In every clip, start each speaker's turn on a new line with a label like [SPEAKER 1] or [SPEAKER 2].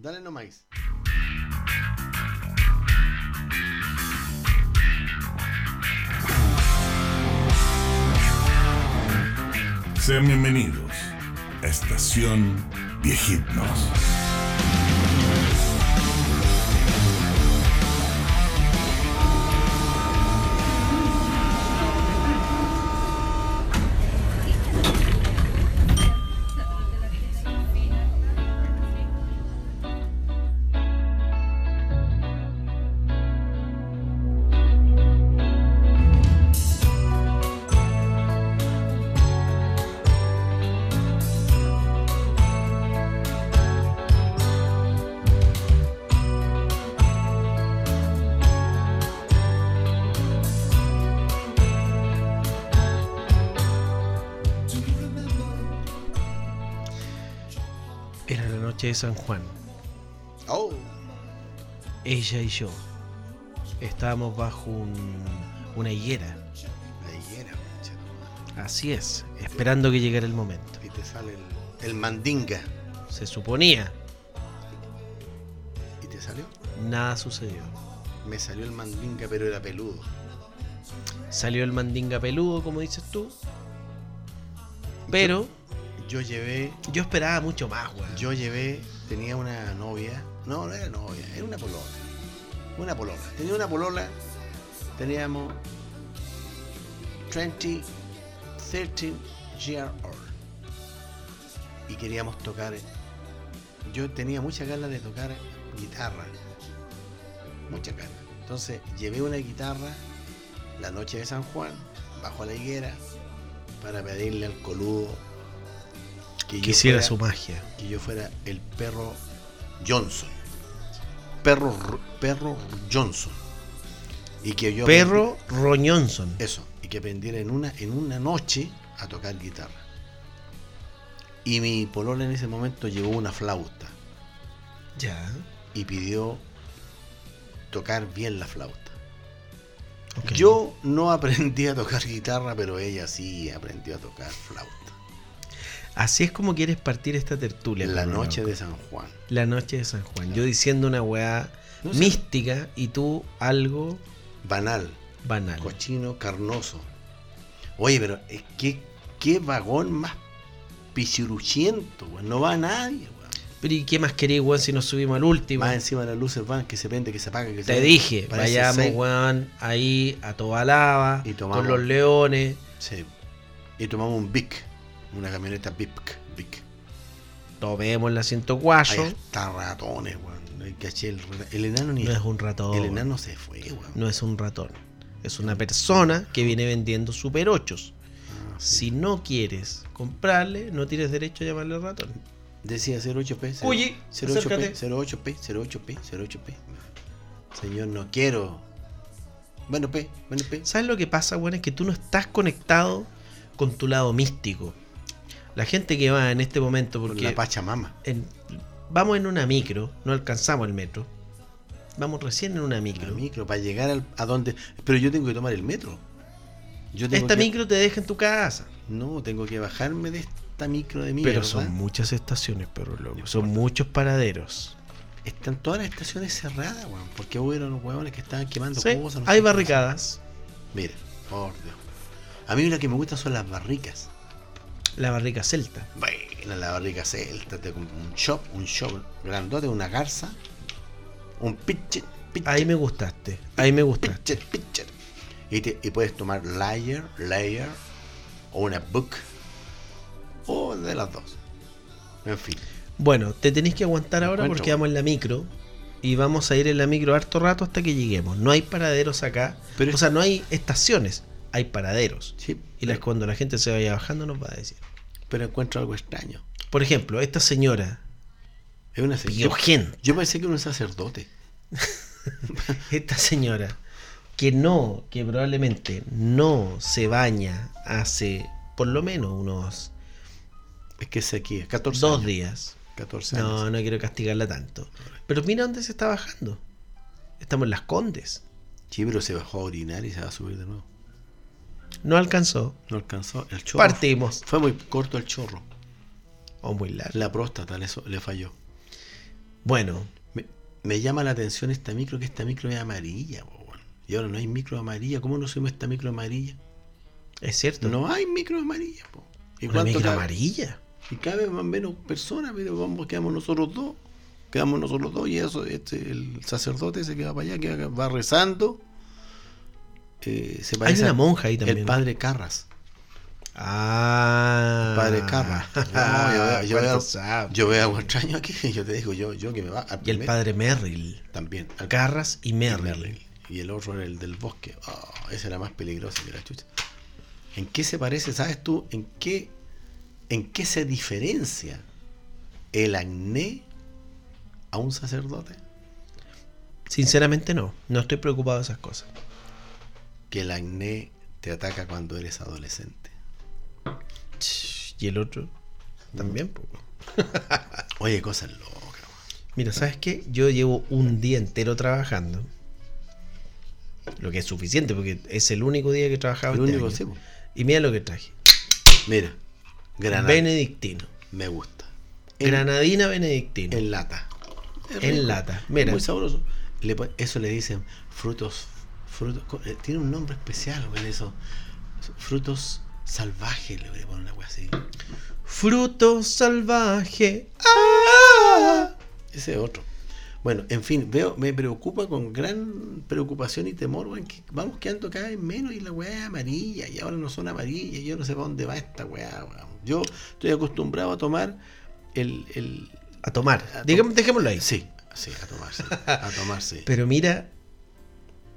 [SPEAKER 1] Dale nomás.
[SPEAKER 2] Sean bienvenidos a Estación Viejitnos.
[SPEAKER 3] Era la noche de San Juan.
[SPEAKER 1] Oh,
[SPEAKER 3] Ella y yo estábamos bajo un- una higuera.
[SPEAKER 1] la higuera, concha tu madre.
[SPEAKER 3] Así es, esperando que llegara el momento.
[SPEAKER 1] Y te sale el, el mandinga.
[SPEAKER 3] Se suponía,
[SPEAKER 1] ¿Y te salió?
[SPEAKER 3] nada sucedió.
[SPEAKER 1] Me salió el mandinga, pero era peludo.
[SPEAKER 3] Salió el mandinga peludo, como dices tú. Pero
[SPEAKER 1] Yo llevé,
[SPEAKER 3] yo esperaba mucho más, weón.
[SPEAKER 1] yo llevé, tenía una novia. No, no era novia, era una polola. Una polola. Tenía una polola. Teníamos 20, 13 year old. Y queríamos tocar. Yo tenía muchas ganas de tocar guitarra. Muchas ganas. Entonces llevé una guitarra la noche de San Juan, bajo la higuera, para pedirle al coludo que yo
[SPEAKER 3] Quisiera
[SPEAKER 1] fuera-
[SPEAKER 3] su magia.
[SPEAKER 1] que yo fuera el perro Johnson. Perro, R- perro Johnson. Y que yo
[SPEAKER 3] Perro Roñonson.
[SPEAKER 1] eso, y que aprendiera en una, en una noche a tocar guitarra. Y mi polola en ese momento llevó una flauta
[SPEAKER 3] Ya.
[SPEAKER 1] y pidió tocar bien la flauta.
[SPEAKER 3] ok.
[SPEAKER 1] Yo no aprendí a tocar guitarra, pero ella sí aprendió a tocar flauta.
[SPEAKER 3] Así es como quieres partir esta tertulia.
[SPEAKER 1] En la
[SPEAKER 3] Pablo
[SPEAKER 1] noche
[SPEAKER 3] Blanco.
[SPEAKER 1] de San Juan.
[SPEAKER 3] La noche de San Juan. Yo diciendo una weá
[SPEAKER 1] No sé.
[SPEAKER 3] mística y tú algo
[SPEAKER 1] Banal,
[SPEAKER 3] banal.
[SPEAKER 1] cochino, carnoso. Oye, pero es que qué vagón más pisiruchiento, weón. No va nadie, weón.
[SPEAKER 3] Pero ¿y qué más querés, weón, si nos subimos al último?
[SPEAKER 1] Más encima las luces van, que se prende, que se apagan, que se
[SPEAKER 3] Te
[SPEAKER 1] prende.
[SPEAKER 3] dije,
[SPEAKER 1] Parece
[SPEAKER 3] vayamos,
[SPEAKER 1] seis-
[SPEAKER 3] weón, ahí a toda lava,
[SPEAKER 1] Y tomamos.
[SPEAKER 3] con los leones.
[SPEAKER 1] Sí. Y tomamos un Vic, una camioneta Vic, Vic.
[SPEAKER 3] Tomemos la 100
[SPEAKER 1] Ahí
[SPEAKER 3] guayo.
[SPEAKER 1] está ratones, weón. El caché, el, el enano ni...
[SPEAKER 3] No es un ratón.
[SPEAKER 1] el
[SPEAKER 3] weón.
[SPEAKER 1] enano se fue, weón.
[SPEAKER 3] No es un ratón. Es una persona que viene vendiendo super 8.
[SPEAKER 1] Ah, sí.
[SPEAKER 3] Si no quieres comprarle, no tienes derecho a llamarle ratón.
[SPEAKER 1] Decía 08P. cero-
[SPEAKER 3] Cuyi,
[SPEAKER 1] 08P,
[SPEAKER 3] acércate.
[SPEAKER 1] 08P, 08P, 08P. Señor, no quiero. Bueno, P, bueno, P.
[SPEAKER 3] ¿Sabes lo que pasa, weón? Es que tú no estás conectado con tu lado místico. La gente que va en este momento,
[SPEAKER 1] Por
[SPEAKER 3] porque
[SPEAKER 1] la Pachamama.
[SPEAKER 3] en- vamos en una micro, no alcanzamos el metro. Vamos recién en una micro.
[SPEAKER 1] La micro, para llegar al- a donde. Pero yo tengo que tomar el metro. Yo tengo
[SPEAKER 3] Esta
[SPEAKER 1] que-
[SPEAKER 3] micro te deja en tu casa.
[SPEAKER 1] No, tengo que bajarme de esta micro de mierda.
[SPEAKER 3] Pero son muchas estaciones, pero loco. Son muchos paraderos.
[SPEAKER 1] Están todas las estaciones cerradas, weón. Porque hubieron unos huevones que estaban quemando
[SPEAKER 3] Sí,
[SPEAKER 1] cosas. no
[SPEAKER 3] Hay
[SPEAKER 1] sé qué.
[SPEAKER 3] barricadas.
[SPEAKER 1] Mira, por Dios. A mí lo que me gustan son las barricas.
[SPEAKER 3] La barrica celta.
[SPEAKER 1] Bueno, la barrica celta, te- un shop, un shop grandote, una garza, un pitcher, pitcher,
[SPEAKER 3] Ahí me gustaste. Ahí me gustaste.
[SPEAKER 1] pitcher, pitcher. Y, te- y puedes tomar layer, layer, o una book, o de las dos. En fin,
[SPEAKER 3] Bueno, te tenés que aguantar
[SPEAKER 1] Me
[SPEAKER 3] ahora
[SPEAKER 1] encuentro,
[SPEAKER 3] porque vamos en la micro. Y vamos a ir en la micro harto rato hasta que lleguemos. No hay paraderos acá.
[SPEAKER 1] Pero
[SPEAKER 3] o sea, no hay estaciones. Hay paraderos.
[SPEAKER 1] sí,
[SPEAKER 3] Y las, cuando la gente se vaya bajando nos va a decir.
[SPEAKER 1] pero encuentro algo extraño.
[SPEAKER 3] Por ejemplo, esta señora,
[SPEAKER 1] Es una se- yo,
[SPEAKER 3] piojenta,
[SPEAKER 1] yo pensé que era un sacerdote.
[SPEAKER 3] esta señora que no, que probablemente no se baña hace por lo menos unos
[SPEAKER 1] Es que es aquí, 14
[SPEAKER 3] dos
[SPEAKER 1] años.
[SPEAKER 3] días.
[SPEAKER 1] 14 años.
[SPEAKER 3] No, no quiero castigarla tanto. Pero mira dónde se está bajando. Estamos en las Condes.
[SPEAKER 1] Sí, pero se bajó a orinar y se va a subir de nuevo.
[SPEAKER 3] No alcanzó.
[SPEAKER 1] No alcanzó. El chorro.
[SPEAKER 3] Partimos.
[SPEAKER 1] Fue muy corto el chorro.
[SPEAKER 3] O muy largo.
[SPEAKER 1] La próstata le, so- le falló.
[SPEAKER 3] Bueno,
[SPEAKER 1] Me, me llama la atención esta micro, que esta micro es amarilla, po, weón. Y ahora no hay micro amarilla. ¿Cómo no subimos esta micro amarilla?
[SPEAKER 3] es cierto.
[SPEAKER 1] No hay micro amarilla, po. ¿Y
[SPEAKER 3] una
[SPEAKER 1] cuánto
[SPEAKER 3] micro
[SPEAKER 1] cabe?
[SPEAKER 3] amarilla.
[SPEAKER 1] Y cabe más o menos personas, pero vamos, quedamos nosotros dos. Quedamos nosotros dos y eso, este, el sacerdote se queda para allá, que va rezando. Eh, se
[SPEAKER 3] Hay
[SPEAKER 1] parece
[SPEAKER 3] una
[SPEAKER 1] a-
[SPEAKER 3] monja ahí
[SPEAKER 1] el
[SPEAKER 3] también.
[SPEAKER 1] padre Carras.
[SPEAKER 3] Ah.
[SPEAKER 1] Padre Carras. No, yo veo- yo
[SPEAKER 3] ¿Cuánto
[SPEAKER 1] veo-
[SPEAKER 3] sabe?
[SPEAKER 1] Yo veo algo extraño aquí, yo te digo, yo, yo que me va al
[SPEAKER 3] Y el
[SPEAKER 1] primer-
[SPEAKER 3] padre Merrill.
[SPEAKER 1] también. al-
[SPEAKER 3] Carras y
[SPEAKER 1] y
[SPEAKER 3] Merrill.
[SPEAKER 1] Merlin. Y el otro era el del bosque. Oh, ese era más peligroso que la chucha. ¿En qué se parece, sabes tú? ¿En qué, en qué se diferencia el acné a un sacerdote?
[SPEAKER 3] Sinceramente no. No estoy preocupado de esas cosas.
[SPEAKER 1] Que el acné te ataca cuando eres adolescente.
[SPEAKER 3] Ch, Y el otro también. po.
[SPEAKER 1] Oye, cosas locas. weón.
[SPEAKER 3] Mira, ¿sabes qué? Yo llevo un día entero trabajando. Lo que es suficiente porque es el único día que he trabajado.
[SPEAKER 1] El
[SPEAKER 3] este
[SPEAKER 1] único
[SPEAKER 3] año.
[SPEAKER 1] sí, po.
[SPEAKER 3] Y mira lo que traje.
[SPEAKER 1] Mira, granada.
[SPEAKER 3] Benedictino.
[SPEAKER 1] me gusta. En,
[SPEAKER 3] Granadina benedictina.
[SPEAKER 1] en lata. Es
[SPEAKER 3] En
[SPEAKER 1] rico.
[SPEAKER 3] lata. Mira.
[SPEAKER 1] Muy sabroso. Le pon- eso le dicen frutos. frutos co- eh, tiene un nombre especial, güey, eso. Frutos salvajes, le voy a poner una wea así.
[SPEAKER 3] Fruto salvaje. ¡Ah!
[SPEAKER 1] Ese es otro. Bueno, en fin, veo, me preocupa con gran preocupación y temor, güey, que vamos quedando cada vez menos y la weá es amarilla, y ahora no son amarillas, y yo no sé para dónde va esta weá, weón. Yo estoy acostumbrado a tomar el. el
[SPEAKER 3] A tomar.
[SPEAKER 1] A to-
[SPEAKER 3] Digamos, dejémoslo ahí.
[SPEAKER 1] sí, sí, a tomarse. A tomarse.
[SPEAKER 3] Pero mira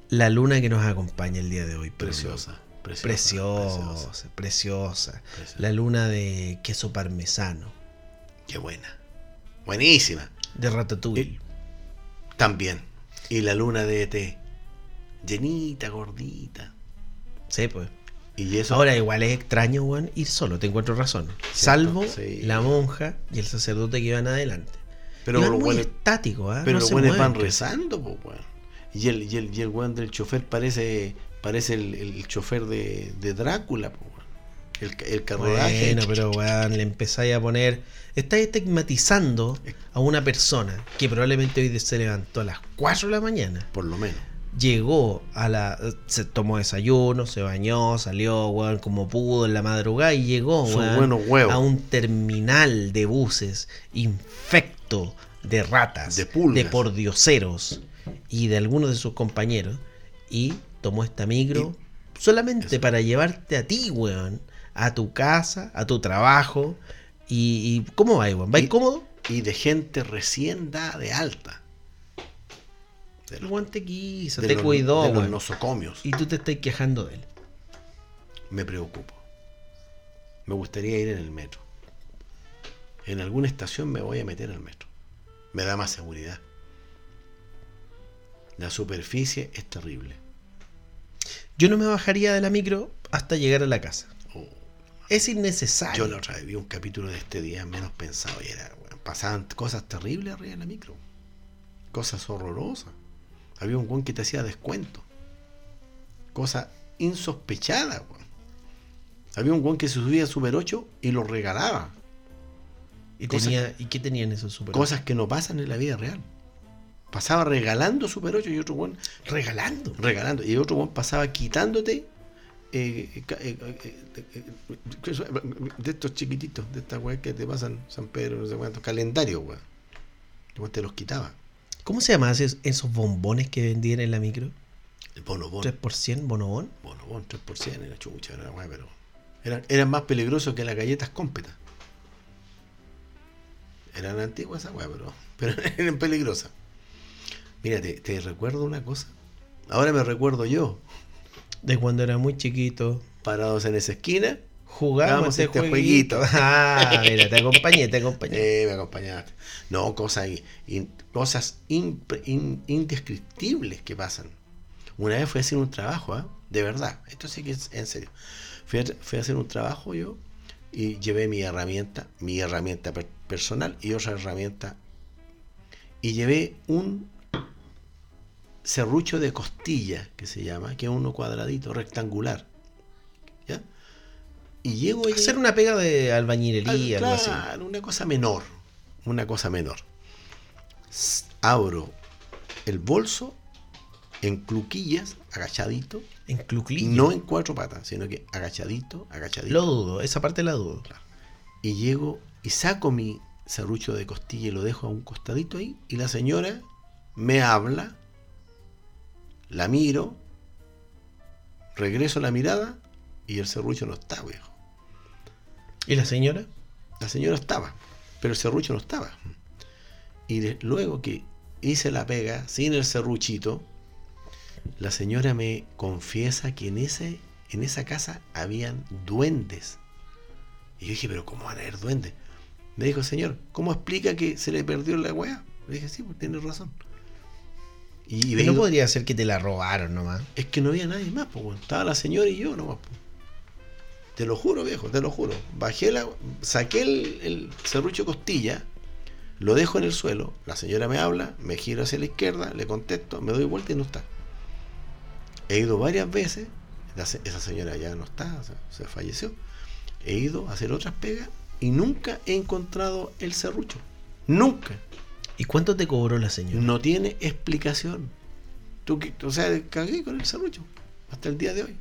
[SPEAKER 3] la luna que nos acompaña el día de hoy. Pablo.
[SPEAKER 1] Preciosa, preciosa. preciosa.
[SPEAKER 3] Preciosa, preciosa.
[SPEAKER 1] Preciosa.
[SPEAKER 3] La luna de queso parmesano,
[SPEAKER 1] Qué buena. Buenísima.
[SPEAKER 3] de ratatouille.
[SPEAKER 1] Eh. También. Y la luna de ET. Llenita, gordita.
[SPEAKER 3] Sí, pues.
[SPEAKER 1] Y eso.
[SPEAKER 3] Ahora igual es extraño, weón, ir solo, te encuentro razón. Salvo
[SPEAKER 1] sí.
[SPEAKER 3] la monja y el sacerdote que iban adelante.
[SPEAKER 1] pero
[SPEAKER 3] iban
[SPEAKER 1] los
[SPEAKER 3] muy
[SPEAKER 1] buenos,
[SPEAKER 3] estáticos, ¿ah?
[SPEAKER 1] pero
[SPEAKER 3] No
[SPEAKER 1] los
[SPEAKER 3] se
[SPEAKER 1] buenos
[SPEAKER 3] mueven.
[SPEAKER 1] van rezando, po, weón. Y el, y el, y el weón del chofer parece parece el, el chofer de, de Drácula, po, weón. El, ca- el carruaje.
[SPEAKER 3] Bueno, pero weón, le empezáis a poner. Estáis estigmatizando a una persona que probablemente hoy se levantó a las 4 de la mañana.
[SPEAKER 1] Por lo menos.
[SPEAKER 3] Llegó a la. Se tomó desayuno, se bañó, salió, weón, como pudo en la madrugada y llegó,
[SPEAKER 1] Sus
[SPEAKER 3] weón,
[SPEAKER 1] buenos huevos.
[SPEAKER 3] a un terminal de buses infecto de ratas,
[SPEAKER 1] De pulgas.
[SPEAKER 3] de pordioseros y de algunos de sus compañeros y tomó esta micro solamente para llevarte a ti, weón, a tu casa, a tu trabajo. ¿Y, y cómo va, weón? ¿Va
[SPEAKER 1] Y-
[SPEAKER 3] cómodo?
[SPEAKER 1] Y de gente recién dada de alta. De
[SPEAKER 3] El
[SPEAKER 1] los-
[SPEAKER 3] weón te quiso,
[SPEAKER 1] de
[SPEAKER 3] te
[SPEAKER 1] los-
[SPEAKER 3] cuidó,
[SPEAKER 1] de los
[SPEAKER 3] weón.
[SPEAKER 1] nosocomios.
[SPEAKER 3] Y tú te estás quejando de él.
[SPEAKER 1] me preocupo. Me gustaría ir en el metro. En alguna estación me voy a meter al metro. Me da más seguridad. La superficie es terrible.
[SPEAKER 3] Yo no me bajaría de la micro hasta llegar a la casa.
[SPEAKER 1] Oh,
[SPEAKER 3] Es innecesario.
[SPEAKER 1] yo la otra vez vi un capítulo de este día menos pensado y era, weón, pasaban cosas terribles arriba en la micro. Cosas horrorosas. Había un buen que te hacía descuento. Cosa insospechada, weón. Había un buen que se subía a Super 8 y lo regalaba.
[SPEAKER 3] ¿Y,
[SPEAKER 1] cosas-
[SPEAKER 3] tenía, ¿Y qué tenían esos super
[SPEAKER 1] cosas que no pasan en la vida real. Pasaba regalando Super 8 y otro buen
[SPEAKER 3] Regalando.
[SPEAKER 1] regalando. Y otro buen pasaba quitándote eh, ca- eh, eh, eh, eh, de estos chiquititos, de estas weas que te pasan San Pedro, no sé cuántos, calendarios, weón. El weón te los quitaba.
[SPEAKER 3] ¿Cómo se llamaban esos, esos bombones que vendían en la micro?
[SPEAKER 1] El bonobón.
[SPEAKER 3] 3%, bonobón.
[SPEAKER 1] Bonobón, 3% era chucha, era weá, pero. Eran, eran más peligrosos que las galletas cómpetas. Eran antiguas esas weá, pero, pero eran peligrosas. Mira, te, te recuerdo una cosa. Ahora me recuerdo yo,
[SPEAKER 3] De cuando era muy chiquito.
[SPEAKER 1] parados en esa esquina.
[SPEAKER 3] Jugábamos
[SPEAKER 1] Jugábamos
[SPEAKER 3] este,
[SPEAKER 1] este
[SPEAKER 3] jueguito.
[SPEAKER 1] jueguito.
[SPEAKER 3] Ah, mira, te acompañé, te acompañé.
[SPEAKER 1] Eh, me acompañaste. No, cosas, in- in- cosas impre- in- indescriptibles que pasan. Una vez fui a hacer un trabajo, ¿ah? de verdad, esto sí que es en serio. Fui a, fui a hacer un trabajo yo y llevé mi herramienta, mi herramienta per- personal y otra herramienta. Y llevé un serrucho de costilla, que se llama, que es uno cuadradito, rectangular. ¿Ya? Y llego y
[SPEAKER 3] Hacer una pega de albañilería,
[SPEAKER 1] claro,
[SPEAKER 3] algo así.
[SPEAKER 1] una cosa menor. Una cosa menor. s- abro el bolso en cluquillas, agachadito,
[SPEAKER 3] En Cluclí.
[SPEAKER 1] no en cuatro patas, sino que agachadito, agachadito.
[SPEAKER 3] Lo dudo, esa parte la dudo.
[SPEAKER 1] Y llego y saco mi serrucho de costilla y lo dejo a un costadito ahí. Y la señora me habla, la miro, regreso la mirada y el serrucho no está, viejo.
[SPEAKER 3] ¿Y la señora?
[SPEAKER 1] La señora estaba, pero el serrucho no estaba. Y de- luego que hice la pega sin el serruchito, la señora me confiesa que en, ese, en esa casa habían duendes. Y yo dije, pero ¿cómo van a haber duendes? Me dijo, señor, ¿cómo explica que se le perdió la weá? Le dije, sí, pues tiene razón. Y, y
[SPEAKER 3] Y
[SPEAKER 1] le
[SPEAKER 3] no
[SPEAKER 1] digo,
[SPEAKER 3] podría ser que te la robaron nomás.
[SPEAKER 1] es que no había nadie más, pues, weón. Estaba la señora y yo nomás, pues. Te lo juro, viejo, te lo juro. Bajé la. Saqué el, el serrucho costilla, lo dejo en el suelo. La señora me habla, me giro hacia la izquierda, le contesto, me doy vuelta y no está. He ido varias veces, la se- esa señora ya no está, o sea, se falleció. He ido a hacer otras pegas y nunca he encontrado el serrucho. Nunca.
[SPEAKER 3] ¿Y cuánto te cobró la señora?
[SPEAKER 1] No tiene explicación. Tú, que- o sea, cagué con el serrucho hasta el día de hoy.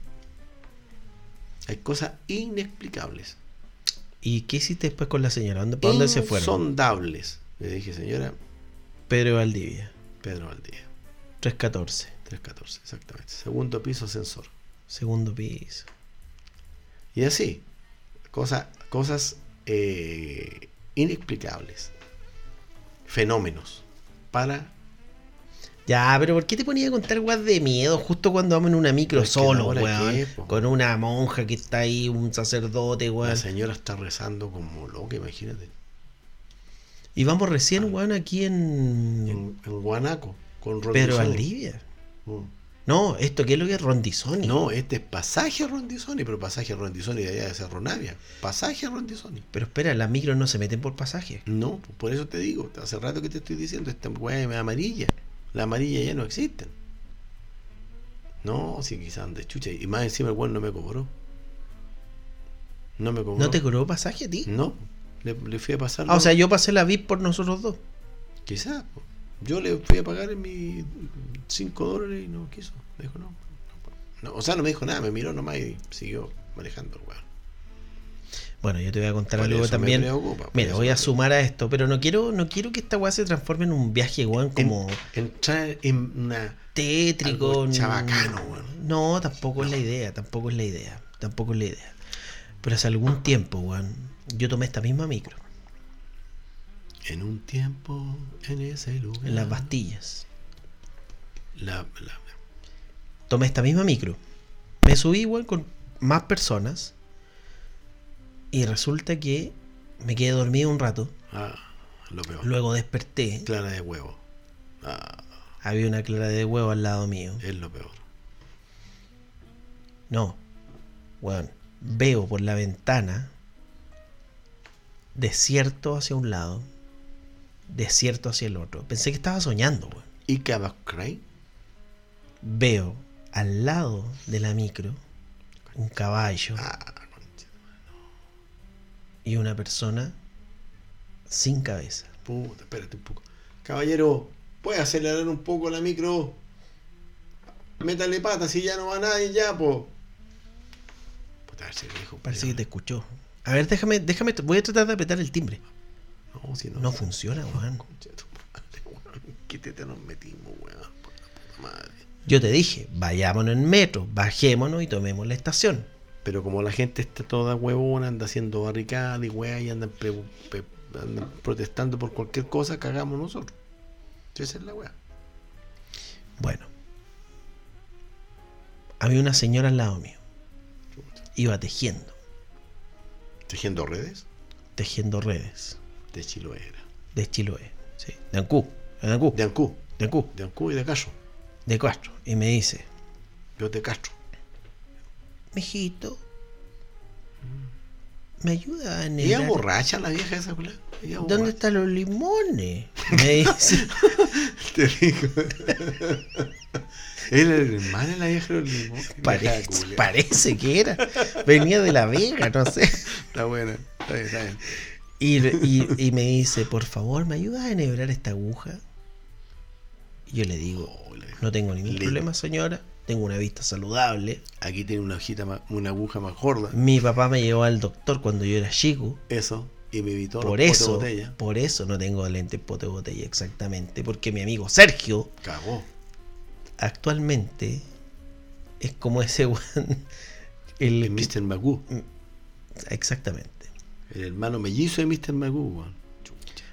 [SPEAKER 1] Hay cosas inexplicables.
[SPEAKER 3] ¿Y qué hiciste después con la señora? ¿Dónde, ¿Para dónde se fueron?
[SPEAKER 1] Insondables. Le dije, señora
[SPEAKER 3] Pedro Valdivia,
[SPEAKER 1] Pedro Valdía,
[SPEAKER 3] 314,
[SPEAKER 1] 314, exactamente. Segundo piso, ascensor.
[SPEAKER 3] segundo piso.
[SPEAKER 1] Y así, cosa- cosas eh, inexplicables. Fenómenos para
[SPEAKER 3] Ya, pero ¿por qué te ponía a contar guas de miedo justo cuando vamos en una micro
[SPEAKER 1] Pero es que
[SPEAKER 3] solo,
[SPEAKER 1] ahora
[SPEAKER 3] weón?
[SPEAKER 1] qué, po.
[SPEAKER 3] con una monja que está ahí, un sacerdote,
[SPEAKER 1] la
[SPEAKER 3] weón.
[SPEAKER 1] señora está rezando como loca, imagínate.
[SPEAKER 3] Y vamos recién, weón, aquí en,
[SPEAKER 1] Ah. En, en Guanaco, con
[SPEAKER 3] Mm. Pedro
[SPEAKER 1] Rondizoni.
[SPEAKER 3] Valdivia.
[SPEAKER 1] Mm.
[SPEAKER 3] No, esto, ¿qué es lo que es Rondizoni?
[SPEAKER 1] No, este es pasaje a Rondizoni, pero pasaje a Rondizoni de allá de Cerronavia. Pasaje a Rondizoni.
[SPEAKER 3] Pero espera, las micros no se meten por pasaje.
[SPEAKER 1] No, por eso te digo, hace rato que te estoy diciendo, esta weá es amarilla. La amarilla ya no existen. No, si quizás antes, chucha. Y más encima el weón no me cobró. No me cobró.
[SPEAKER 3] ¿No te cobró pasaje a ti?
[SPEAKER 1] No, le, le fui a pasar.
[SPEAKER 3] Ah, o
[SPEAKER 1] lo-
[SPEAKER 3] sea, yo pasé la VIP por nosotros dos.
[SPEAKER 1] Quizás. po. Yo le fui a pagar mis 5 dólares y no quiso. Me dijo, no, no, no. O sea, no me dijo nada, me miró nomás y siguió manejando el weón.
[SPEAKER 3] Bueno, yo te voy a contar
[SPEAKER 1] Por
[SPEAKER 3] algo
[SPEAKER 1] eso me
[SPEAKER 3] también.
[SPEAKER 1] preocupa, por
[SPEAKER 3] Mira,
[SPEAKER 1] eso
[SPEAKER 3] voy
[SPEAKER 1] me
[SPEAKER 3] a sumar a esto, pero no quiero, no quiero que esta weá se transforme en un viaje, weón, como
[SPEAKER 1] entrar en una
[SPEAKER 3] tétrico.
[SPEAKER 1] Algo
[SPEAKER 3] n-
[SPEAKER 1] chabacano, weón.
[SPEAKER 3] No, tampoco es la idea, tampoco es la idea, tampoco es la idea. Pero hace algún tiempo, weón, yo tomé esta misma micro,
[SPEAKER 1] en un tiempo en ese lugar
[SPEAKER 3] en las Bastillas.
[SPEAKER 1] la, la-
[SPEAKER 3] Tomé esta misma micro. Me subí, weón, con más personas. Y resulta que me quedé dormido un rato.
[SPEAKER 1] ah, lo peor
[SPEAKER 3] Luego desperté.
[SPEAKER 1] clara de huevo ah,
[SPEAKER 3] Había una clara de huevo al lado mío.
[SPEAKER 1] es lo peor
[SPEAKER 3] No. Weón. Veo por la ventana desierto hacia un lado, desierto hacia el otro. Pensé que estaba soñando, weón.
[SPEAKER 1] y Cray
[SPEAKER 3] Veo al lado de la micro un caballo
[SPEAKER 1] ah, concha,
[SPEAKER 3] y una persona sin cabeza.
[SPEAKER 1] puta espérate un poco caballero puede acelerar un poco la micro métale pata si ya no va nadie ya po puta ese viejo
[SPEAKER 3] Parece que
[SPEAKER 1] culiao.
[SPEAKER 3] te escuchó. A ver, déjame, déjame, voy a tratar de apretar el timbre.
[SPEAKER 1] no, si no,
[SPEAKER 3] No funciona, weón.
[SPEAKER 1] Concha de tu madre, weón. ¿Qué teta nos metimos, weón? Por la puta madre.
[SPEAKER 3] Yo te dije, vayámonos en metro, bajémonos y tomemos la estación.
[SPEAKER 1] Pero como la gente está toda huevona, anda haciendo barricadas y weá y andan, pre- pe- andan protestando por cualquier cosa, cagamos nosotros. Esa es la weá.
[SPEAKER 3] Bueno. Había una señora al lado mío. Iba tejiendo,
[SPEAKER 1] Tejiendo redes
[SPEAKER 3] tejiendo redes
[SPEAKER 1] de Chiloera.
[SPEAKER 3] de Chiloé, sí, de Ancú, de Ancú,
[SPEAKER 1] De Ancú,
[SPEAKER 3] de Ancú,
[SPEAKER 1] de Ancú y de Castro.
[SPEAKER 3] de Castro. Y me dice,
[SPEAKER 1] Yo de Castro.
[SPEAKER 3] mijito, ¿me ayuda en el...
[SPEAKER 1] Ella
[SPEAKER 3] ar-
[SPEAKER 1] borracha la vieja esa weá. Ella
[SPEAKER 3] ¿Dónde
[SPEAKER 1] borracha.
[SPEAKER 3] están los limones? Me dice,
[SPEAKER 1] Te digo. Él era el hermano de la vieja del limón.
[SPEAKER 3] parece,
[SPEAKER 1] Vieja culia.
[SPEAKER 3] parece que era. Venía de la Vega, no sé.
[SPEAKER 1] Está buena, está bien, está bien.
[SPEAKER 3] Y, y- y me dice, por favor, ¿me ayudas a enhebrar esta aguja? Y yo le digo,
[SPEAKER 1] Oh, le-
[SPEAKER 3] no tengo ningún
[SPEAKER 1] Le-
[SPEAKER 3] problema, señora, tengo una vista saludable.
[SPEAKER 1] Aquí tiene una hojita, más- una aguja más gorda.
[SPEAKER 3] Mi papá me llevó al doctor cuando yo era chico.
[SPEAKER 1] Eso. Y me evitó
[SPEAKER 3] Por
[SPEAKER 1] los potes
[SPEAKER 3] eso,
[SPEAKER 1] botella.
[SPEAKER 3] por eso no tengo lentes pote botella exactamente, porque mi amigo Sergio
[SPEAKER 1] Cagó.
[SPEAKER 3] actualmente es como ese weón, el
[SPEAKER 1] El
[SPEAKER 3] que-
[SPEAKER 1] Mr. Magoo.
[SPEAKER 3] exactamente.
[SPEAKER 1] El hermano mellizo de Mr. Magoo, weón.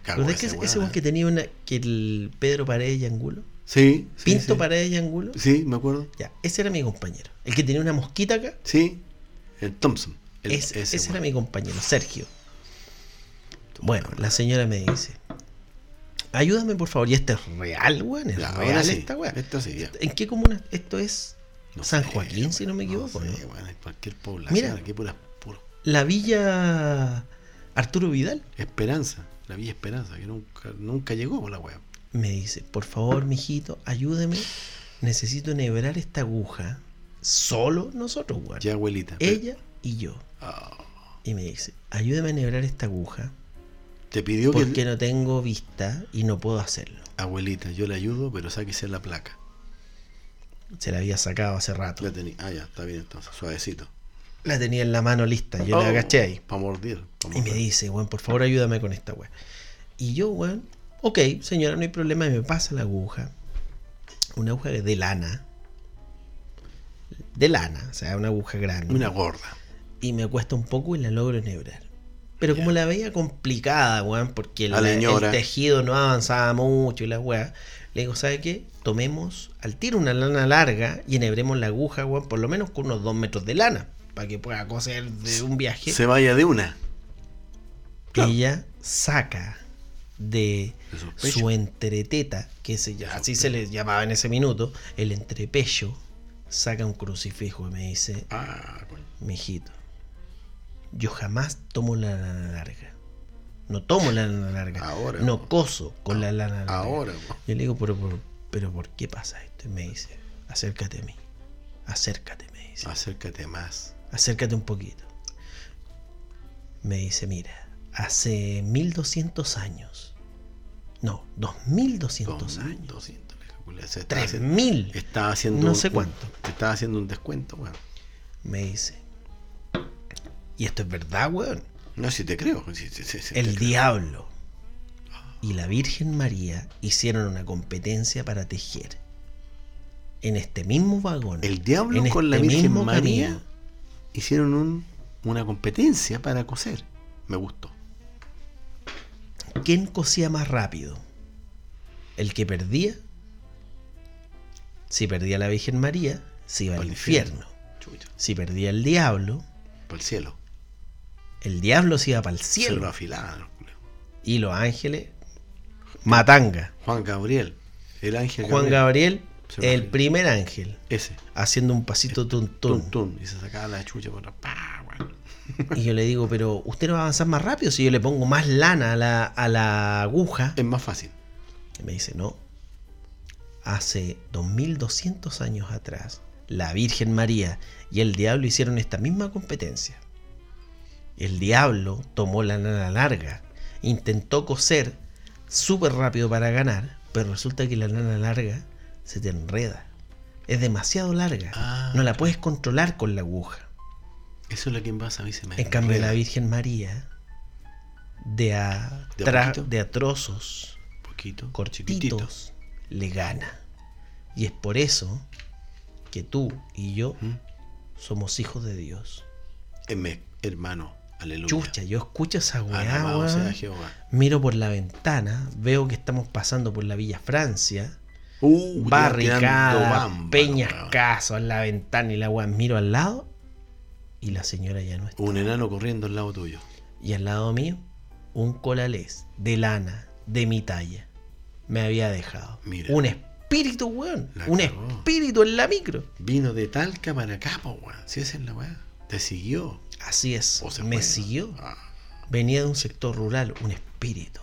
[SPEAKER 1] Cagó
[SPEAKER 3] ¿Verdad que ese
[SPEAKER 1] ese
[SPEAKER 3] ese
[SPEAKER 1] weón,
[SPEAKER 3] weón que
[SPEAKER 1] ¿eh?
[SPEAKER 3] tenía una que el Pedro Paredes y Angulo?
[SPEAKER 1] Sí. sí,
[SPEAKER 3] Pinto
[SPEAKER 1] sí.
[SPEAKER 3] Paredes y Angulo.
[SPEAKER 1] Sí, me acuerdo.
[SPEAKER 3] Ya, ese era mi compañero. El que tenía una mosquita acá,
[SPEAKER 1] Sí. El Thompson. El-
[SPEAKER 3] ese, ese era
[SPEAKER 1] weón.
[SPEAKER 3] mi compañero, Sergio. Bueno, la señora me dice, ayúdame por favor, y esto es real, weón, es
[SPEAKER 1] Ya, ahora
[SPEAKER 3] real
[SPEAKER 1] sí.
[SPEAKER 3] esta weá.
[SPEAKER 1] Esto sí, ya.
[SPEAKER 3] ¿En qué comuna? Esto es
[SPEAKER 1] No
[SPEAKER 3] San
[SPEAKER 1] sé,
[SPEAKER 3] Joaquín, si no me
[SPEAKER 1] weón,
[SPEAKER 3] equivoco.
[SPEAKER 1] sé,
[SPEAKER 3] ¿no?
[SPEAKER 1] weón, en cualquier población.
[SPEAKER 3] Mira.
[SPEAKER 1] Aquí puras, puros
[SPEAKER 3] La villa Arturo Vidal
[SPEAKER 1] Esperanza, la Villa Esperanza, que nunca, nunca llegó la weá.
[SPEAKER 3] me dice, por favor, mijito, ayúdeme. Necesito enhebrar esta aguja. Solo nosotros, weón.
[SPEAKER 1] Ya abuelita. pero-
[SPEAKER 3] Ella y yo.
[SPEAKER 1] Ah,
[SPEAKER 3] Y me dice, ayúdeme a enhebrar esta aguja
[SPEAKER 1] te pidió que.
[SPEAKER 3] porque no tengo vista y no puedo hacerlo.
[SPEAKER 1] Abuelita, yo le ayudo, pero sáquese la placa.
[SPEAKER 3] Se la había sacado hace rato.
[SPEAKER 1] La tení. Ah, ya, está bien entonces, suavecito.
[SPEAKER 3] La tenía en la mano lista. Yo
[SPEAKER 1] Oh.
[SPEAKER 3] la agaché ahí.
[SPEAKER 1] Para mordir. pa'
[SPEAKER 3] Y me
[SPEAKER 1] morder.
[SPEAKER 3] dice, weón, por favor ayúdame con esta weá. Y yo, weón, ok, señora, no hay problema. Y me pasa la aguja. Una aguja de lana. De lana, o sea, una aguja grande.
[SPEAKER 1] Una gorda.
[SPEAKER 3] Y me cuesta un poco y la logro enhebrar. Pero como la veía complicada, weón, porque
[SPEAKER 1] La
[SPEAKER 3] la-
[SPEAKER 1] leñora.
[SPEAKER 3] el tejido no avanzaba mucho y la weá. Le digo, ¿sabe qué? Tomemos al tiro una lana larga y enhebremos la aguja, weón, por lo menos con unos dos metros de lana. Para que pueda coser de un viaje.
[SPEAKER 1] Se vaya de una. Claro.
[SPEAKER 3] Ella saca de
[SPEAKER 1] De sus pechos.
[SPEAKER 3] su entreteta, que se, ll- así se le llamaba en ese minuto, el entrepecho, saca un crucifijo y me dice,
[SPEAKER 1] Ah, coño.
[SPEAKER 3] mijito, yo jamás tomo la lana larga. No tomo la lana larga.
[SPEAKER 1] Ahora,
[SPEAKER 3] no
[SPEAKER 1] po.
[SPEAKER 3] coso con la lana larga.
[SPEAKER 1] Ahora, po.
[SPEAKER 3] Yo le digo, pero, por- pero ¿por qué pasa esto? Y me dice, acércate a mí. Acércate, me
[SPEAKER 1] Ah.
[SPEAKER 3] dice
[SPEAKER 1] acércate más.
[SPEAKER 3] acércate un poquito. Me dice, mira, hace 1200 años. No, 2200
[SPEAKER 1] Dos
[SPEAKER 3] años.
[SPEAKER 1] años. 200, la ejaculé. Se está haciendo,
[SPEAKER 3] 3000.
[SPEAKER 1] estaba haciendo.
[SPEAKER 3] No
[SPEAKER 1] un-
[SPEAKER 3] sé
[SPEAKER 1] un-
[SPEAKER 3] cuánto.
[SPEAKER 1] te estaba haciendo un descuento, weón.
[SPEAKER 3] Me dice. Y esto es verdad, weón.
[SPEAKER 1] No, si te creo. si- si- si- si te
[SPEAKER 3] El
[SPEAKER 1] creo.
[SPEAKER 3] diablo y la Virgen María hicieron una competencia para tejer. En este mismo vagón.
[SPEAKER 1] El diablo
[SPEAKER 3] en
[SPEAKER 1] con la
[SPEAKER 3] este
[SPEAKER 1] Virgen
[SPEAKER 3] mismo
[SPEAKER 1] María
[SPEAKER 3] camino.
[SPEAKER 1] hicieron un- una competencia para coser. Me gustó.
[SPEAKER 3] ¿Quién cosía más rápido? ¿El que perdía? Si perdía la Virgen María, se iba al
[SPEAKER 1] Pa'l
[SPEAKER 3] infierno.
[SPEAKER 1] Chucha.
[SPEAKER 3] Si perdía el diablo,
[SPEAKER 1] Por el cielo.
[SPEAKER 3] el diablo se iba para el
[SPEAKER 1] Se lo
[SPEAKER 3] cielo.
[SPEAKER 1] afilaban, los culiados.
[SPEAKER 3] Y los ángeles, matanga.
[SPEAKER 1] Juan Gabriel. El ángel
[SPEAKER 3] Juan Gabriel,
[SPEAKER 1] Se lo
[SPEAKER 3] el
[SPEAKER 1] afila.
[SPEAKER 3] primer ángel,
[SPEAKER 1] Ese.
[SPEAKER 3] haciendo un pasito
[SPEAKER 1] Tun,
[SPEAKER 3] tuntún.
[SPEAKER 1] tun. Y se sacaba la chucha por atrás. Pa, weón.
[SPEAKER 3] Y yo le digo, pero usted no va a avanzar más rápido si yo le pongo más lana a la, a la aguja.
[SPEAKER 1] Es más fácil.
[SPEAKER 3] Y me dice, no. Hace 2200 años atrás, la Virgen María y el diablo hicieron esta misma competencia. El diablo tomó la lana larga, intentó coser súper rápido para ganar, pero resulta que la lana larga se te enreda. Es demasiado larga,
[SPEAKER 1] Ah,
[SPEAKER 3] no la puedes controlar con la aguja.
[SPEAKER 1] Eso es lo que en base a mí se me
[SPEAKER 3] En cambio,
[SPEAKER 1] enreda.
[SPEAKER 3] la Virgen María, de a,
[SPEAKER 1] ¿De a
[SPEAKER 3] tra-
[SPEAKER 1] poquito?
[SPEAKER 3] de a trozos,
[SPEAKER 1] Poquito. chiquitito.
[SPEAKER 3] cortitos le gana. Y es por eso que tú y yo
[SPEAKER 1] ¿Mm?
[SPEAKER 3] somos hijos de Dios.
[SPEAKER 1] Eme, hermano. Aleluya.
[SPEAKER 3] Chucha, yo escucho esa weá,
[SPEAKER 1] Alabado
[SPEAKER 3] weón.
[SPEAKER 1] sea Jehová.
[SPEAKER 3] Miro por la ventana, veo que estamos pasando por la Villa Francia.
[SPEAKER 1] Uh, tirando
[SPEAKER 3] barricadas,
[SPEAKER 1] bamba,
[SPEAKER 3] peñas,
[SPEAKER 1] weón.
[SPEAKER 3] casos en la ventana y la weá. Miro al lado y la señora ya no está.
[SPEAKER 1] Un enano corriendo al lado tuyo.
[SPEAKER 3] Y al lado mío, un colalés de lana de mi talla. Me había dejado.
[SPEAKER 1] Mira.
[SPEAKER 3] Un espíritu, weón.
[SPEAKER 1] La
[SPEAKER 3] Un
[SPEAKER 1] cagó.
[SPEAKER 3] espíritu en la micro.
[SPEAKER 1] Vino de Talca para acá, po, weón. Si esa es la weá. Te siguió.
[SPEAKER 3] Así es,
[SPEAKER 1] O se
[SPEAKER 3] me
[SPEAKER 1] fue, ¿no?
[SPEAKER 3] siguió.
[SPEAKER 1] Ah,
[SPEAKER 3] Venía de un sector rural, un espíritu.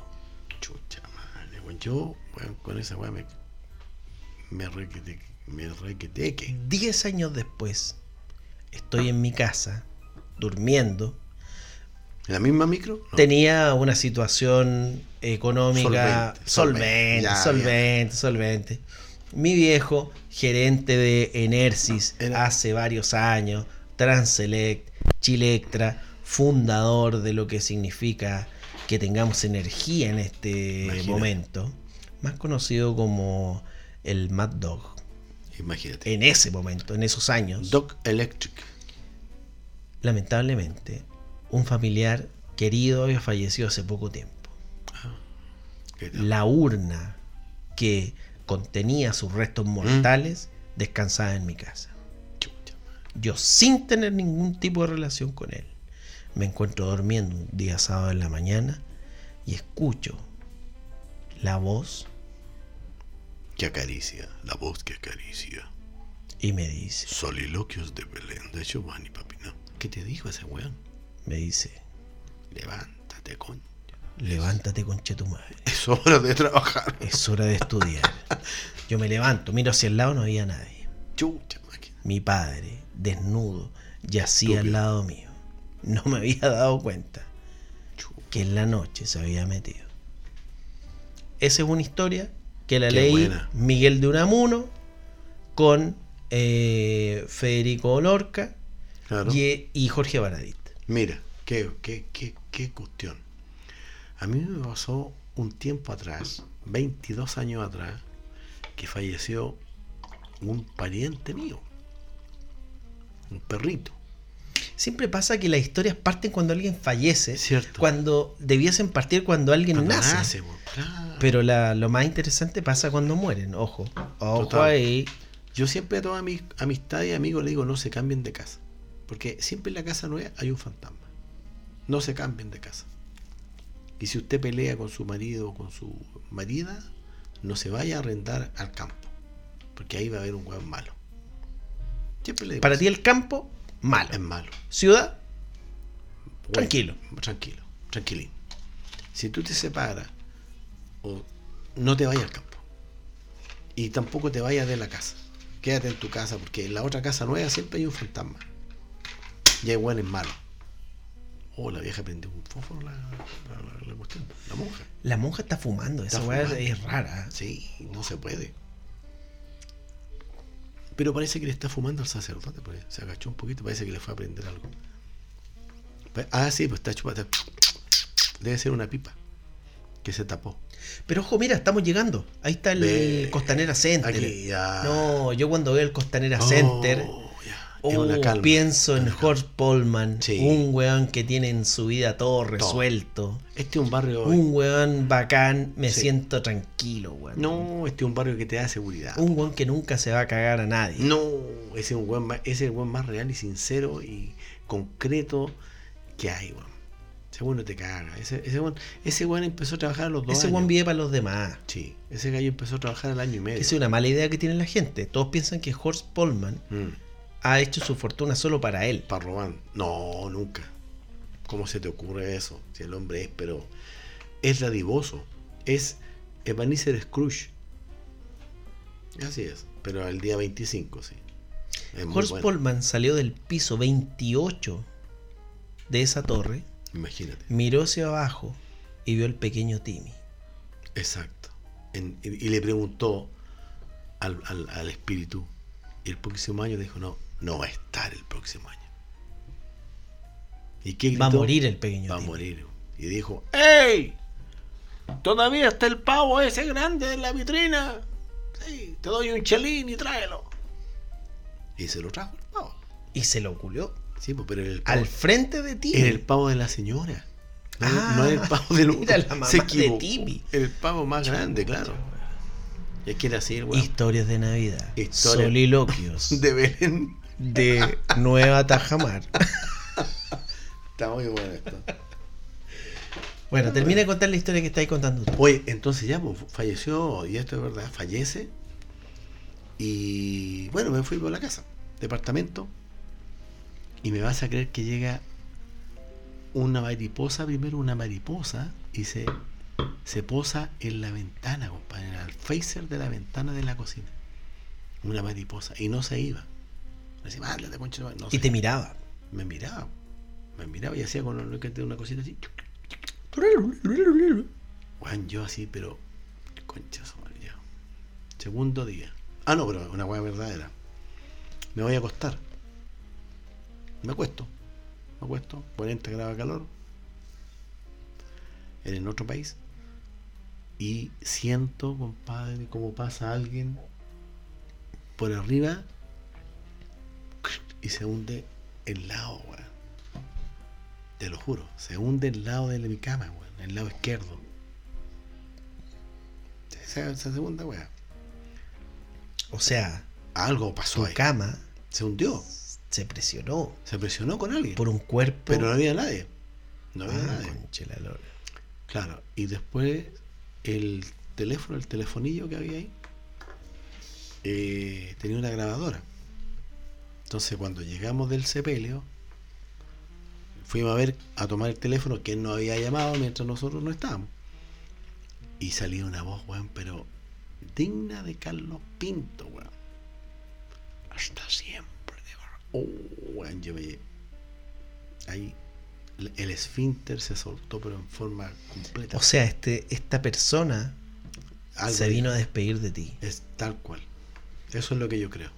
[SPEAKER 1] chucha madre, weón. Yo, weón, con esa weá me. Me requeteque. Me requeteque.
[SPEAKER 3] Diez años después, estoy en mi casa, durmiendo.
[SPEAKER 1] ¿La misma micro? No.
[SPEAKER 3] Tenía una situación económica
[SPEAKER 1] Solvente, solvente,
[SPEAKER 3] solvente,
[SPEAKER 1] ya,
[SPEAKER 3] solvente, solvente, Mi viejo, gerente de Enersis
[SPEAKER 1] Ah, Era-
[SPEAKER 3] hace varios años, Transelect, Chilectra, fundador de lo que significa que tengamos energía en este
[SPEAKER 1] Imagínate.
[SPEAKER 3] momento, más conocido como el Mad Dog.
[SPEAKER 1] Imagínate.
[SPEAKER 3] En ese momento, en esos años,
[SPEAKER 1] Doc Electric.
[SPEAKER 3] lamentablemente, un familiar querido había fallecido hace poco tiempo.
[SPEAKER 1] ¿Qué tal?
[SPEAKER 3] la urna que contenía sus restos mortales descansaba en mi casa.
[SPEAKER 1] Chucha, madre.
[SPEAKER 3] Yo sin tener ningún tipo de relación con él, me encuentro durmiendo un día sábado en la mañana y escucho la voz
[SPEAKER 1] Que acaricia. La voz que acaricia.
[SPEAKER 3] y me dice,
[SPEAKER 1] Soliloquios de Belén de Giovanni Papino. ¿Qué te dijo ese weón?
[SPEAKER 3] me dice,
[SPEAKER 1] Levántate, coño.
[SPEAKER 3] levántate conche tu madre,
[SPEAKER 1] Es hora de trabajar.
[SPEAKER 3] es hora de estudiar. Yo me levanto, miro hacia el lado, no había nadie.
[SPEAKER 1] Chucha, máquina.
[SPEAKER 3] Mi padre, desnudo, yacía al
[SPEAKER 1] Estúpido.
[SPEAKER 3] lado mío. No me había dado cuenta.
[SPEAKER 1] Chu-
[SPEAKER 3] que en la noche se había metido. Esa es una historia que la
[SPEAKER 1] Qué
[SPEAKER 3] leí
[SPEAKER 1] buena.
[SPEAKER 3] Miguel de Unamuno con eh, Federico Lorca
[SPEAKER 1] Claro.
[SPEAKER 3] y, y Jorge Baradit.
[SPEAKER 1] Mira, qué, qué, qué, qué cuestión. A mí me pasó un tiempo atrás, 22 años atrás, que falleció un pariente mío. Un perrito.
[SPEAKER 3] Siempre pasa que las historias parten cuando alguien fallece,
[SPEAKER 1] Cierto.
[SPEAKER 3] cuando debiesen partir cuando alguien
[SPEAKER 1] Cuando
[SPEAKER 3] nace.
[SPEAKER 1] weón, claro.
[SPEAKER 3] Pero la- lo más interesante pasa cuando mueren, ojo. Ojo
[SPEAKER 1] Total.
[SPEAKER 3] ahí.
[SPEAKER 1] Yo siempre a todas mis amistades y amigos le digo, no se cambien de casa. Porque siempre en la casa nueva hay un fantasma. No se cambien de casa. Y si usted pelea con su marido o con su marida, no se vaya a arrendar al campo. Porque ahí va a haber un hueón malo. Siempre le digo,
[SPEAKER 3] Para
[SPEAKER 1] eso.
[SPEAKER 3] ti el campo, malo.
[SPEAKER 1] es malo.
[SPEAKER 3] Ciudad,
[SPEAKER 1] Bueno,
[SPEAKER 3] Tranquilo.
[SPEAKER 1] Tranquilo, tranquilín. Si tú te separas, o no te vayas al campo. Y tampoco te vayas de la casa. Quédate en tu casa, porque en la otra casa nueva siempre hay un fantasma. Y hay hueones malos. Oh, la vieja prendió un fósforo la, la- la- la cuestión. La monja.
[SPEAKER 3] la monja está fumando.
[SPEAKER 1] Está
[SPEAKER 3] Esa weá
[SPEAKER 1] fumando.
[SPEAKER 3] es rara. ¿eh?
[SPEAKER 1] Sí, no se puede. Pero parece que le está fumando al sacerdote, porque se agachó un poquito, parece que le fue a prender algo. Pa- Ah, sí, pues está chupada. Debe ser una pipa que se tapó.
[SPEAKER 3] Pero ojo, mira, estamos llegando. Ahí está el
[SPEAKER 1] Ve,
[SPEAKER 3] Costanera Center.
[SPEAKER 1] Aquí ya.
[SPEAKER 3] No, yo cuando veo el Costanera
[SPEAKER 1] Oh,
[SPEAKER 3] Center,
[SPEAKER 1] ya, es
[SPEAKER 3] oh,
[SPEAKER 1] una calma.
[SPEAKER 3] pienso en Horst Polman,
[SPEAKER 1] Sí.
[SPEAKER 3] un weón que tiene en su vida todo resuelto.
[SPEAKER 1] Este es un barrio.
[SPEAKER 3] Un weón bacán, me
[SPEAKER 1] Sí.
[SPEAKER 3] siento tranquilo, weón.
[SPEAKER 1] No, este es un barrio que te da seguridad.
[SPEAKER 3] Un weón que nunca se va a cagar a nadie.
[SPEAKER 1] No, ese es, un weón más, ese es el weón más real y sincero y concreto que hay, weón. Ese weón no te caga. Ese, ese, weón, ese weón empezó a trabajar a los dos
[SPEAKER 3] Ese
[SPEAKER 1] años.
[SPEAKER 3] weón vive para los demás.
[SPEAKER 1] Sí, ese gallo empezó a trabajar al año y medio.
[SPEAKER 3] Esa es una mala idea que tiene la gente. Todos piensan que Horst Polman ha hecho su fortuna solo para él.
[SPEAKER 1] Mm, Para robar. No, nunca. ¿Cómo se te ocurre eso? Si el hombre es, pero es dadivoso. Es Ebenezer Scrooge. Así es, pero al día 25, sí. Es muy
[SPEAKER 3] Horst
[SPEAKER 1] bueno.
[SPEAKER 3] Polman salió del piso 28 de esa torre,
[SPEAKER 1] Imagínate.
[SPEAKER 3] miró hacia abajo y vio al pequeño Timmy.
[SPEAKER 1] Exacto. En- y, y le preguntó al, al- al espíritu. Y el próximo año dijo, no, no va a estar el próximo año. ¿Y qué
[SPEAKER 3] Va a
[SPEAKER 1] gritó?
[SPEAKER 3] morir el pequeño
[SPEAKER 1] va a
[SPEAKER 3] Timmy.
[SPEAKER 1] morir. Y dijo, ¡Ey! Todavía está el pavo ese grande en la vitrina. Sí, te doy un chelín y tráelo. Y se lo trajo el pavo.
[SPEAKER 3] Y se lo culió
[SPEAKER 1] Sí, pues, pero era el pavo,
[SPEAKER 3] al frente de Timmy.
[SPEAKER 1] era el pavo de la señora. No,
[SPEAKER 3] Ah,
[SPEAKER 1] no era el pavo del otro.
[SPEAKER 3] era la mamá
[SPEAKER 1] se
[SPEAKER 3] de
[SPEAKER 1] equivocó.
[SPEAKER 3] Tipi.
[SPEAKER 1] Era el pavo más grande, claro. Y es que era así el weón.
[SPEAKER 3] Historias de Navidad.
[SPEAKER 1] Historia-
[SPEAKER 3] Soliloquios de,
[SPEAKER 1] De Belén.
[SPEAKER 3] Nueva Tajamar.
[SPEAKER 1] Está muy bueno esto.
[SPEAKER 3] Bueno, termina de contar la historia que estáis contando tú.
[SPEAKER 1] Oye, entonces ya pues, falleció, y esto es verdad, fallece. Y bueno, me fui por la casa, departamento. Y me vas a creer que llega una mariposa, primero una mariposa, y se, se posa en la ventana, compadre, en el facer de la ventana de la cocina. Una mariposa, y no se iba. Me decía, "Mándate, concha de madre", no
[SPEAKER 3] Y
[SPEAKER 1] se
[SPEAKER 3] te
[SPEAKER 1] iba.
[SPEAKER 3] miraba.
[SPEAKER 1] Me miraba, me miraba y hacía con una cosita así. Weón, yo así, pero. Concha su madre, ya. Segundo día. Ah, no, pero una weá verdadera. Me voy a acostar. Me acuesto. Me acuesto. 40 grados de calor. Era en otro país. Y siento, compadre, cómo pasa alguien por arriba y se hunde el lado, weón. Te lo juro, se hunde el lado de mi cama, weón, el lado izquierdo. Esa, esa segunda, weón.
[SPEAKER 3] O sea,
[SPEAKER 1] Algo pasó
[SPEAKER 3] tu
[SPEAKER 1] ahí.
[SPEAKER 3] cama
[SPEAKER 1] Se hundió,
[SPEAKER 3] se presionó
[SPEAKER 1] se presionó con alguien.
[SPEAKER 3] por un cuerpo.
[SPEAKER 1] Pero no había nadie. No había
[SPEAKER 3] Ah,
[SPEAKER 1] nadie.
[SPEAKER 3] conche la lora.
[SPEAKER 1] Claro, y después el teléfono, el telefonillo que había ahí, eh, tenía una grabadora. Entonces cuando llegamos del sepelio, fuimos a ver, a tomar el teléfono que él nos había llamado mientras nosotros no estábamos. Y salía una voz, weón, pero digna de Carlos Pinto, weón. Hasta siempre, de verdad. Oh, weón, yo me... Ahí el- el esfínter se soltó, pero en forma completa.
[SPEAKER 3] O sea, este, esta persona
[SPEAKER 1] Algo
[SPEAKER 3] se
[SPEAKER 1] ahí.
[SPEAKER 3] vino a despedir de ti.
[SPEAKER 1] Es tal cual. Eso es lo que yo creo.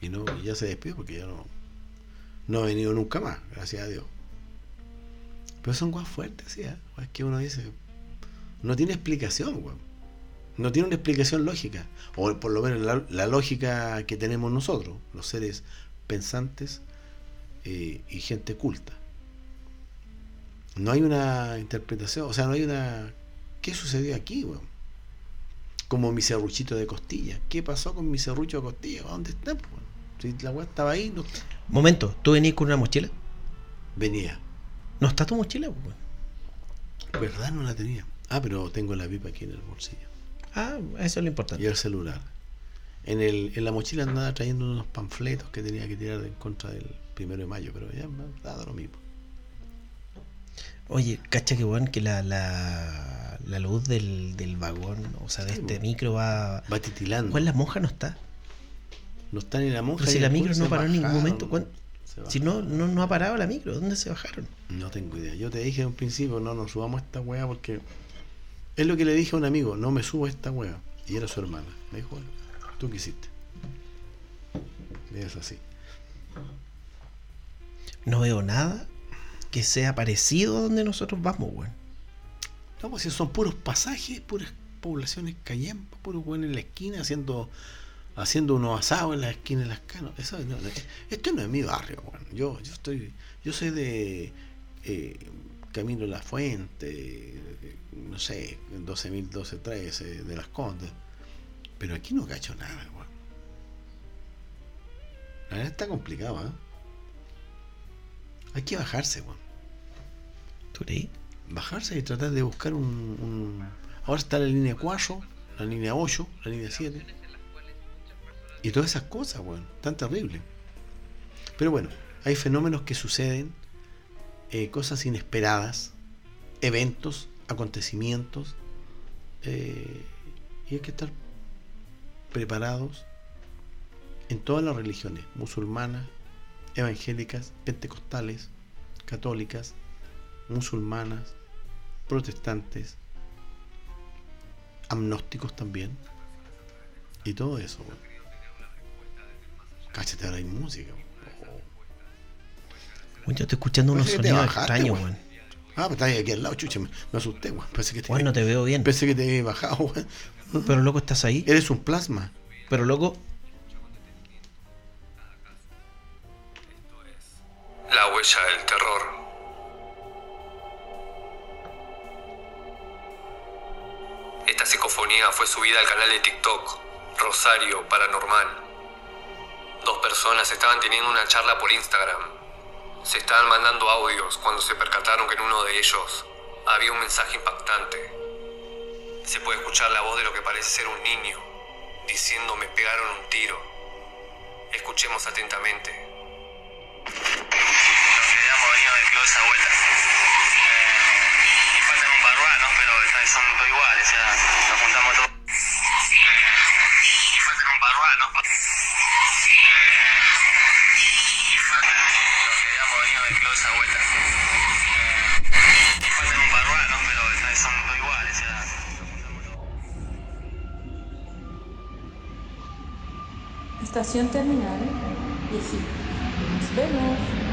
[SPEAKER 1] Y no, y ya se despidió porque ya no. No ha venido nunca más, gracias a Dios. Pero son guas fuertes, sí, ¿eh? Guas que uno dice. No tiene explicación, weón. No tiene una explicación lógica. O por lo menos la, la lógica que tenemos nosotros, los seres pensantes eh, y gente culta. No hay una interpretación, o sea, no hay una. ¿Qué sucedió aquí, weón? como mi serruchito de costilla. ¿Qué pasó con mi serrucho de costilla? ¿Dónde está? po, weón? Si la weá estaba ahí, no está.
[SPEAKER 3] Momento, ¿tú venís con una mochila?
[SPEAKER 1] Venía.
[SPEAKER 3] ¿No está tu mochila? po, weón?
[SPEAKER 1] ¿Verdad? No la tenía. Ah, pero tengo la pipa aquí en el bolsillo.
[SPEAKER 3] Ah, eso es lo
[SPEAKER 1] Y
[SPEAKER 3] importante.
[SPEAKER 1] el celular. En, el, en la mochila andaba trayendo unos panfletos que tenía que tirar en contra del primero de mayo, pero ya me ha dado lo mismo.
[SPEAKER 3] Oye, cacha que weón que la, la, la luz del, del vagón, o sea, de
[SPEAKER 1] Sí,
[SPEAKER 3] este
[SPEAKER 1] po.
[SPEAKER 3] micro va...
[SPEAKER 1] Va titilando.
[SPEAKER 3] ¿Cuál la monja no está?
[SPEAKER 1] No está ni la monja.
[SPEAKER 3] Pero si
[SPEAKER 1] ni
[SPEAKER 3] la
[SPEAKER 1] el
[SPEAKER 3] micro
[SPEAKER 1] curso,
[SPEAKER 3] no
[SPEAKER 1] se
[SPEAKER 3] paró en ningún
[SPEAKER 1] bajaron,
[SPEAKER 3] momento, ¿cuán-
[SPEAKER 1] se
[SPEAKER 3] Si
[SPEAKER 1] bajaron.
[SPEAKER 3] no, no, no ha parado la micro, ¿dónde se bajaron?
[SPEAKER 1] No tengo idea. Yo te dije en un principio, no nos subamos a esta weá porque es lo que le dije a un amigo, no me subo a esta weá. Y era su hermana. Me dijo, bueno, tú qué hiciste. Y es así.
[SPEAKER 3] No veo nada que sea parecido a donde nosotros vamos, weón.
[SPEAKER 1] No, pues si son puros pasajes, puras poblaciones cayendo, puros weones en la esquina haciendo haciendo unos asados en la esquina de las canas. Eso, no, no, esto no es mi barrio, weón. Yo, yo estoy, yo soy de eh, Camino de la Fuente, eh, no sé, 12.012.13 de las Condes. Pero aquí no cacho nada, weón. La verdad está complicado, ¿eh? Hay que bajarse, weón
[SPEAKER 3] ¿Tú creí?
[SPEAKER 1] bajarse y tratar de buscar un, un- Ahora está la línea 4, la línea 8, la línea 7. Y todas esas cosas, weón. Tan terrible. Pero bueno, hay fenómenos que suceden, eh, cosas inesperadas, eventos, acontecimientos. eh, y hay que estar preparados en todas las religiones, musulmanas, evangélicas, pentecostales, católicas, musulmanas, protestantes, agnósticos también, y todo eso. weón. Cáchate, ahora hay música. weón.
[SPEAKER 3] Weón, yo estoy escuchando unos
[SPEAKER 1] Parece que te
[SPEAKER 3] sonidos
[SPEAKER 1] bajaste,
[SPEAKER 3] extraños,
[SPEAKER 1] weón.
[SPEAKER 3] weón.
[SPEAKER 1] Ah, pero estás ahí aquí al lado, chucha, me, me asusté, weón. Pensé que te,
[SPEAKER 3] Weón, no te veo bien.
[SPEAKER 1] pensé que te había bajado, weón.
[SPEAKER 3] Pero loco, estás ahí.
[SPEAKER 1] Eres un plasma.
[SPEAKER 3] Pero loco,
[SPEAKER 4] La huella del terror. Esta psicofonía fue subida al canal de TikTok, Rosario Paranormal. Dos personas estaban teniendo una charla por Instagram. Se estaban mandando audios cuando se percataron que en uno de ellos había un mensaje impactante. Se puede escuchar la voz de lo que parece ser un niño, diciendo me pegaron un tiro. Escuchemos atentamente.
[SPEAKER 5] los que hayamos venido del club esa vuelta. Eh, y faltan un par ¿no? pero están- son todos iguales, o sea, nos juntamos todos. Eh, y faltan un par ¿no? Eh, y faltan los que hayamos venido del club esa vuelta. Eh, y faltan un par ¿no? pero están- son todos iguales.
[SPEAKER 6] Estación terminal, Viejito. Nos vemos.